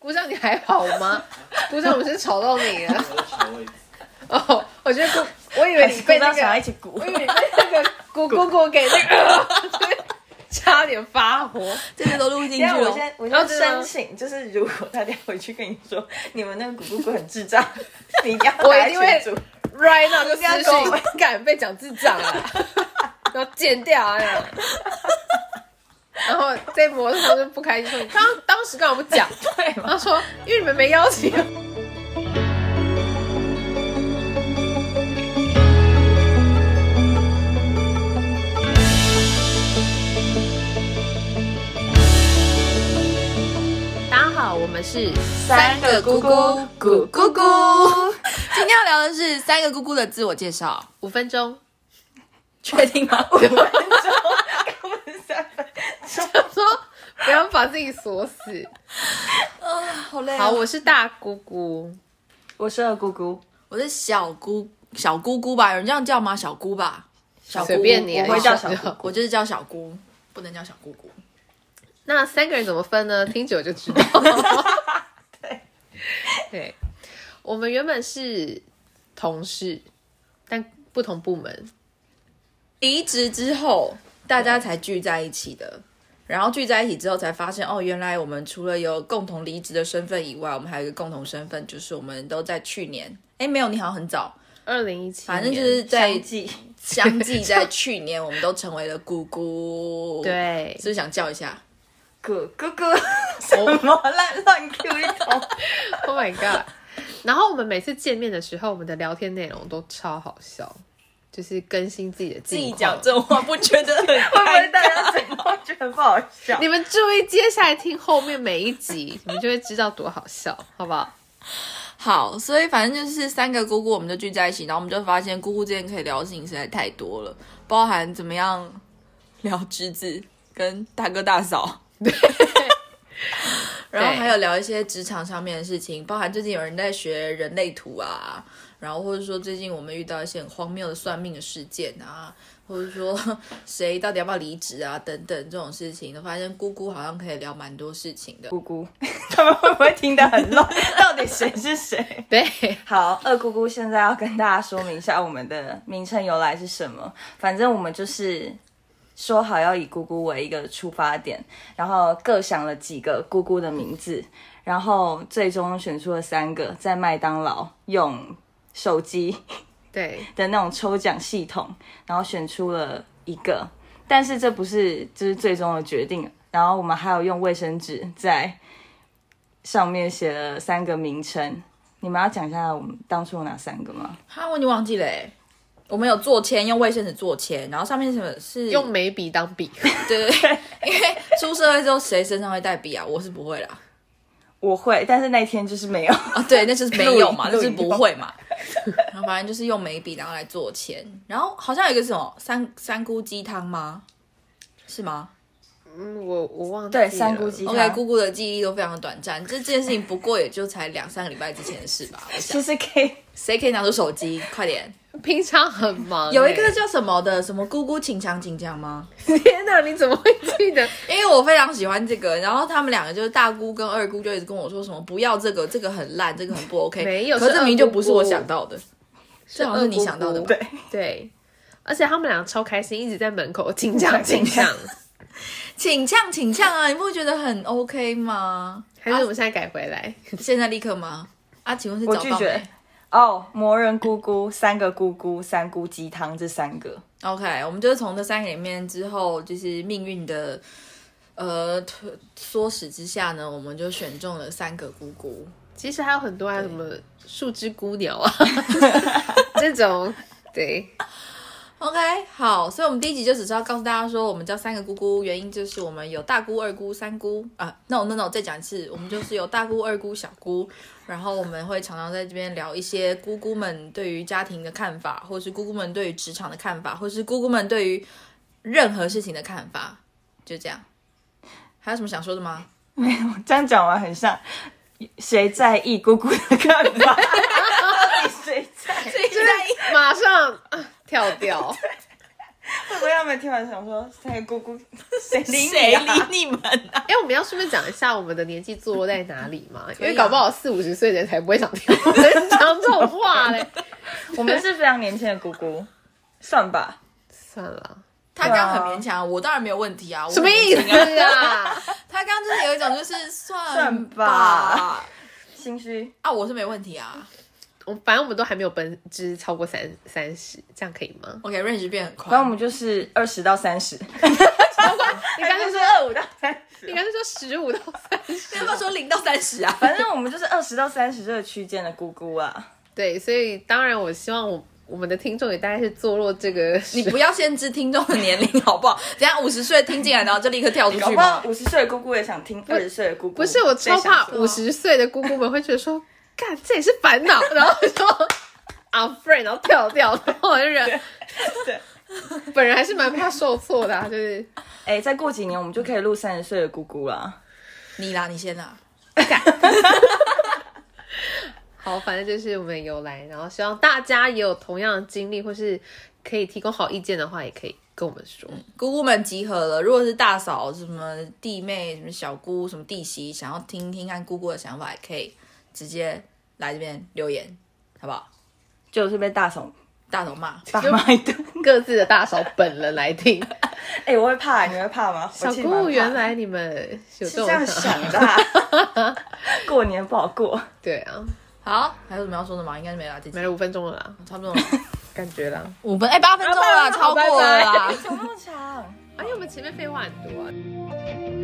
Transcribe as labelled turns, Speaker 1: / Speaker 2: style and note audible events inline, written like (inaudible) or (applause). Speaker 1: 部长你还好 (laughs) 吗？部长，我是吵到你了。 (laughs)
Speaker 2: 我在吵我一次
Speaker 1: 哦，我觉得姑，我以为你被那
Speaker 3: 想要
Speaker 1: 个
Speaker 3: 一，起鼓
Speaker 1: 我，以为你被那个姑姑姑给那个， (laughs) 差点发火。
Speaker 3: 这些都录 (laughs) 进去
Speaker 1: 等一下
Speaker 3: 了
Speaker 1: 我。先
Speaker 3: 我
Speaker 1: 哦
Speaker 3: 先
Speaker 1: 真的吗
Speaker 3: 申请，就是如果大家回去跟你说你们那个鼓鼓鼓很智障， (laughs) 你一定要
Speaker 1: 我
Speaker 3: 打
Speaker 1: 一定会
Speaker 3: 群组
Speaker 1: right now 就私
Speaker 3: 一定要
Speaker 1: 信
Speaker 3: 跟，
Speaker 1: 敢被讲智障 (laughs) 啊，然后剪掉啊，然后然后这模特就不开心说，你刚当时干嘛不讲？
Speaker 3: (laughs) 对吗？
Speaker 1: 他说因为你们没邀请。大家好，我们是
Speaker 3: 三个姑姑
Speaker 1: 咕咕咕，
Speaker 3: 今天要聊的是三个姑姑的自我介绍，
Speaker 1: 五分钟。
Speaker 3: (laughs) 确定 (laughs) 吗？五分钟，根本三分钟，
Speaker 1: 说不要把自己锁死。
Speaker 3: 啊，好累哦。
Speaker 1: 好，我是大姑姑，
Speaker 3: 我是二姑姑，
Speaker 4: 我是小姑小姑姑吧，有人这样叫吗？小姑吧，小
Speaker 1: 随
Speaker 4: 姑，
Speaker 1: 便你啊，
Speaker 3: 我会叫
Speaker 1: 你想
Speaker 3: 小姑
Speaker 4: 我就是叫小姑，不能叫小姑姑。
Speaker 1: 那三个人怎么分呢？听久就知道。
Speaker 3: 对
Speaker 1: 对，我们原本是同事，但不同部门。
Speaker 4: 离职之后，大家才聚在一起的。然后聚在一起之后，才发现哦，原来我们除了有共同离职的身份以外，我们还有一个共同身份，就是我们都在去年，哎，没有，你好像很早，
Speaker 1: 二零一七，
Speaker 4: 反正就是在
Speaker 3: 相继
Speaker 4: (laughs) 相继在去年，我们都成为了姑 (laughs) 姑。，
Speaker 1: 对
Speaker 4: 是不是想叫一下？
Speaker 3: 咕咕咕， (laughs) 什么乱乱 Q 一 (laughs) 通，
Speaker 1: ，Oh my god！然后我们每次见面的时候，我们的聊天内容都超好笑，就是更新自己的自
Speaker 4: 自己讲这种话，不觉得很
Speaker 3: 会不
Speaker 4: 尴
Speaker 3: 会
Speaker 4: 尬
Speaker 3: 大家怎么觉得不好笑？
Speaker 1: 你们注意接下来听后面每一集，你们就会知道多好笑，好不好？
Speaker 4: 好，所以反正就是三个姑姑，我们就聚在一起，然后我们就发现姑姑之间可以聊的事情实在太多了，包含怎么样聊侄子跟大哥大嫂， (laughs) 然后还有聊一些职场上面的事情，包含最近有人在学人类图啊，然后或者说最近我们遇到一些很荒谬的算命的事件啊，或者说谁到底要不要离职啊等等这种事情，都发现姑姑好像可以聊蛮多事情的。
Speaker 3: 姑姑， (laughs) 他们会不会听得很乱？到底谁是谁？
Speaker 1: 对，
Speaker 3: 好，二姑姑现在要跟大家说明一下我们的名称由来是什么。反正我们就是说好要以姑姑为一个出发点，然后各想了几个姑姑的名字，然后最终选出了三个，在麦当劳用手机
Speaker 1: 对，
Speaker 3: 的那种抽奖系统，然后选出了一个，但是这不是就是最终的决定。然后我们还有用卫生纸在上面写了三个名称，你们要讲一下我们当初有哪三个吗？
Speaker 4: 哈，我已经忘记了欸我们有做签，用卫生纸做签，然后上面什么是
Speaker 1: 用眉笔当笔，
Speaker 4: 对对对， (laughs) 因为出社会之后谁身上会带笔啊？我是不会啦。
Speaker 3: 我会，但是那天就是没有。
Speaker 4: 啊，对，那就是没有嘛，
Speaker 3: 录
Speaker 4: 就
Speaker 3: 影
Speaker 4: 是不会嘛。然后反正就是用眉笔，然后来做签。然后好像有一个是什么三三菇鸡汤吗？是吗
Speaker 1: 嗯，我我忘记
Speaker 3: (laughs) 对， (laughs)
Speaker 1: 了
Speaker 3: 三姑鸡汤。
Speaker 4: ？OK，姑姑的记忆都非常的短暂，这件事情不过也就才两三个礼拜之前的事吧。我
Speaker 3: 其
Speaker 4: 想
Speaker 3: 实可以， (laughs)
Speaker 4: 谁可以拿出手机？快点！
Speaker 1: 平常很忙欸、
Speaker 4: 有一个叫什么的，什么姑姑请讲请讲吗？
Speaker 1: 天哪，你怎么会记得？ (laughs)
Speaker 4: 因为我非常喜欢这个，然后他们两个就是大姑跟二姑就一直跟我说什么不要这个，这个很烂，这个很不
Speaker 1: (laughs)
Speaker 4: OK。
Speaker 1: 没有
Speaker 4: 可是
Speaker 1: 是
Speaker 4: 这
Speaker 1: 二
Speaker 4: 明明
Speaker 1: 姑
Speaker 4: 就不是
Speaker 1: 姑
Speaker 4: 我想到的，这好像是你想到的
Speaker 1: 二姑
Speaker 4: 吧？
Speaker 3: 对，
Speaker 1: 对，而且他们俩超开心，一直在门口紧张 (laughs) 紧
Speaker 3: 请
Speaker 1: 张
Speaker 3: 讲。
Speaker 4: 请呛请呛啊！你不觉得很 OK 吗？啊
Speaker 1: 还是我们现在改回来？
Speaker 4: 现在立刻吗？啊，请问是
Speaker 3: 我
Speaker 4: 早
Speaker 3: 拒
Speaker 4: 报
Speaker 3: 绝
Speaker 4: 没。
Speaker 3: 哦，魔人姑姑，三个姑姑，三姑鸡汤这三个，
Speaker 4: ？OK，我们就是从这三个里面之后，就是命运的呃推唆使之下呢，我们就选中了三个姑姑。
Speaker 1: 其实还有很多啊，什么树枝姑鸟 (laughs) 啊，这种对
Speaker 4: OK，好，所以我们第一集就只是要告诉大家说，我们叫三个姑姑，原因就是我们有大姑、二姑、三姑啊。no no no，再讲一次，我们就是有大姑、二姑、小姑，然后我们会常常在这边聊一些姑姑们对于家庭的看法，或是姑姑们对于职场的看法，或是姑姑们对于任何事情的看法，就这样。还有什么想说的吗？
Speaker 3: 这样讲完很像谁在意姑姑的看法？ (laughs) 到底谁在意？
Speaker 4: 所以就
Speaker 1: (laughs)
Speaker 4: 在
Speaker 1: 马上啊跳掉。
Speaker 3: 不会他们听完想说三个姑姑谁理
Speaker 4: 谁
Speaker 3: 你啊？
Speaker 4: 理你们啊？
Speaker 1: 哎、我们要顺便讲一下我们的年纪坐落在哪里嘛？因
Speaker 4: 以
Speaker 1: 为
Speaker 4: 啊
Speaker 1: 搞不好四五十岁的人才不会想 (laughs) 听我们讲这种话嘞。
Speaker 3: 我们是非常年轻的姑姑，算吧。
Speaker 1: 算了，
Speaker 4: 他刚刚很勉强，我当然没有问题啊。我
Speaker 1: 啊什么意
Speaker 4: 很年轻啊？
Speaker 1: 思啊？
Speaker 4: 他刚刚就是有一种就是算
Speaker 3: 算
Speaker 4: 吧
Speaker 3: 吧心虚，
Speaker 4: 啊，我是没问题啊。
Speaker 1: 我反正我们都还没有奔支超过三三十，这样可以吗？
Speaker 4: OK range 变很
Speaker 3: 反正我
Speaker 4: 宽，
Speaker 3: 们就是二十到三十，
Speaker 1: 你刚才说，
Speaker 3: 二五到三
Speaker 1: 你
Speaker 3: 十。
Speaker 1: 刚才说十五到三十，
Speaker 4: 要不要说零到三十啊？
Speaker 3: 反正我们就是二十到三十这个区间的姑姑啊，
Speaker 1: (laughs) 对，所以当然我希望我我们的听众也大概是坐落这个，
Speaker 4: 你不要限制听众的年龄好不好？ (laughs) 等一下五十岁听进来，然后就立刻跳出
Speaker 3: 搞
Speaker 4: 去
Speaker 3: 不好
Speaker 4: 吗？
Speaker 3: 五十岁的姑姑也想听二十岁的姑姑。
Speaker 1: 不是我超怕五十岁的姑姑们会觉得说，干这也是烦恼，然后说 I'm friend，然后跳掉，然后我就觉得
Speaker 3: 对，
Speaker 1: (laughs) 本人还是蛮怕受挫的、啊，就是
Speaker 3: 哎、再过几年我们就可以录三十岁的姑姑啦。
Speaker 4: 你啦，你先啦。
Speaker 1: 好，反正就是我们的由来，然后希望大家也有同样的经历，或是可以提供好意见的话，也可以跟我们说。
Speaker 3: 嗯
Speaker 4: 姑姑们集合了，如果是大嫂、什么弟妹、什么小姑、什么弟媳，想要听听看姑姑的想法，也可以直接来这边留言，好不好？
Speaker 3: 就是被大嫂
Speaker 4: 大嫂骂，
Speaker 3: 大骂一顿。
Speaker 1: 各自的大嫂本人来听，
Speaker 3: 哎、 (laughs) 我会怕，你会怕吗？
Speaker 1: 小
Speaker 3: 我其实蛮怕
Speaker 1: 姑原来你们有这
Speaker 3: 是这
Speaker 1: 种
Speaker 3: 样
Speaker 1: 想
Speaker 3: 想的、啊， (laughs) 过年不好过。
Speaker 1: 对啊，
Speaker 4: 好，还有什么要说的吗？应该没了，这集
Speaker 1: 没了五分钟了啦，
Speaker 4: 差不多了，
Speaker 1: 感觉啦。
Speaker 4: 五分哎八分钟了啦，
Speaker 1: 好
Speaker 4: 超
Speaker 1: 拜拜
Speaker 4: 过了啦。
Speaker 1: 哎
Speaker 3: 怎么那么长？
Speaker 1: 而且我们前面废话很多、啊。